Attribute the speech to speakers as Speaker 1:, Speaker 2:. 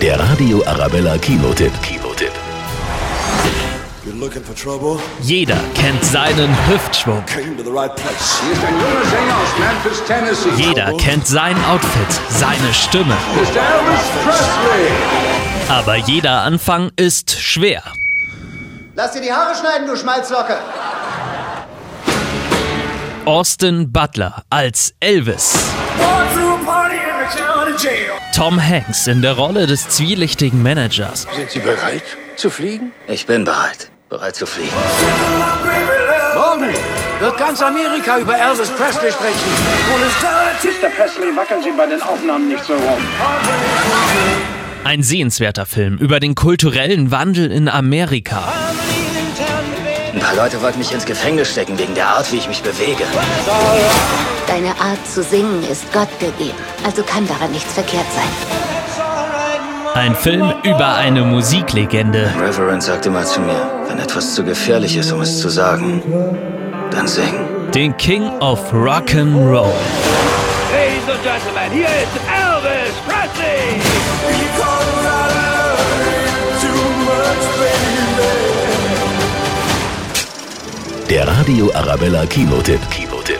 Speaker 1: Der Radio Arabella Kinotipp. Kinotipp.
Speaker 2: You're looking for trouble?
Speaker 3: Jeder kennt seinen Hüftschwung.
Speaker 2: Came to the right place.
Speaker 4: Hier ist ein junger Sänger aus Memphis, Tennessee.
Speaker 3: Jeder kennt sein Outfit, seine Stimme.
Speaker 4: Ist Elvis Presley.
Speaker 3: Aber jeder Anfang ist schwer.
Speaker 5: Lass dir die Haare schneiden, du Schmalzlocke.
Speaker 3: Austin Butler als Elvis. Tom Hanks in der Rolle des zwielichtigen Managers.
Speaker 6: Sind Sie bereit zu fliegen?
Speaker 7: Ich bin bereit, bereit zu fliegen.
Speaker 6: Morgen wird ganz Amerika über Elvis Presley sprechen.
Speaker 4: Mr. Presley, wackeln Sie bei den Aufnahmen nicht so rum.
Speaker 3: Ein sehenswerter Film über den kulturellen Wandel in Amerika.
Speaker 7: Ein paar Leute wollten mich ins Gefängnis stecken wegen der Art, wie ich mich bewege.
Speaker 8: Deine Art zu singen ist Gott gegeben, also kann daran nichts verkehrt sein.
Speaker 3: Ein Film über eine Musiklegende.
Speaker 7: Reverend sagte mal zu mir, wenn etwas zu gefährlich ist, um es zu sagen, dann sing.
Speaker 3: Den King of Rock'n'Roll.
Speaker 4: Ladies and Gentlemen, hier ist Elvis Presley.
Speaker 1: Der Radio Arabella Kinotipp. Kinotipp.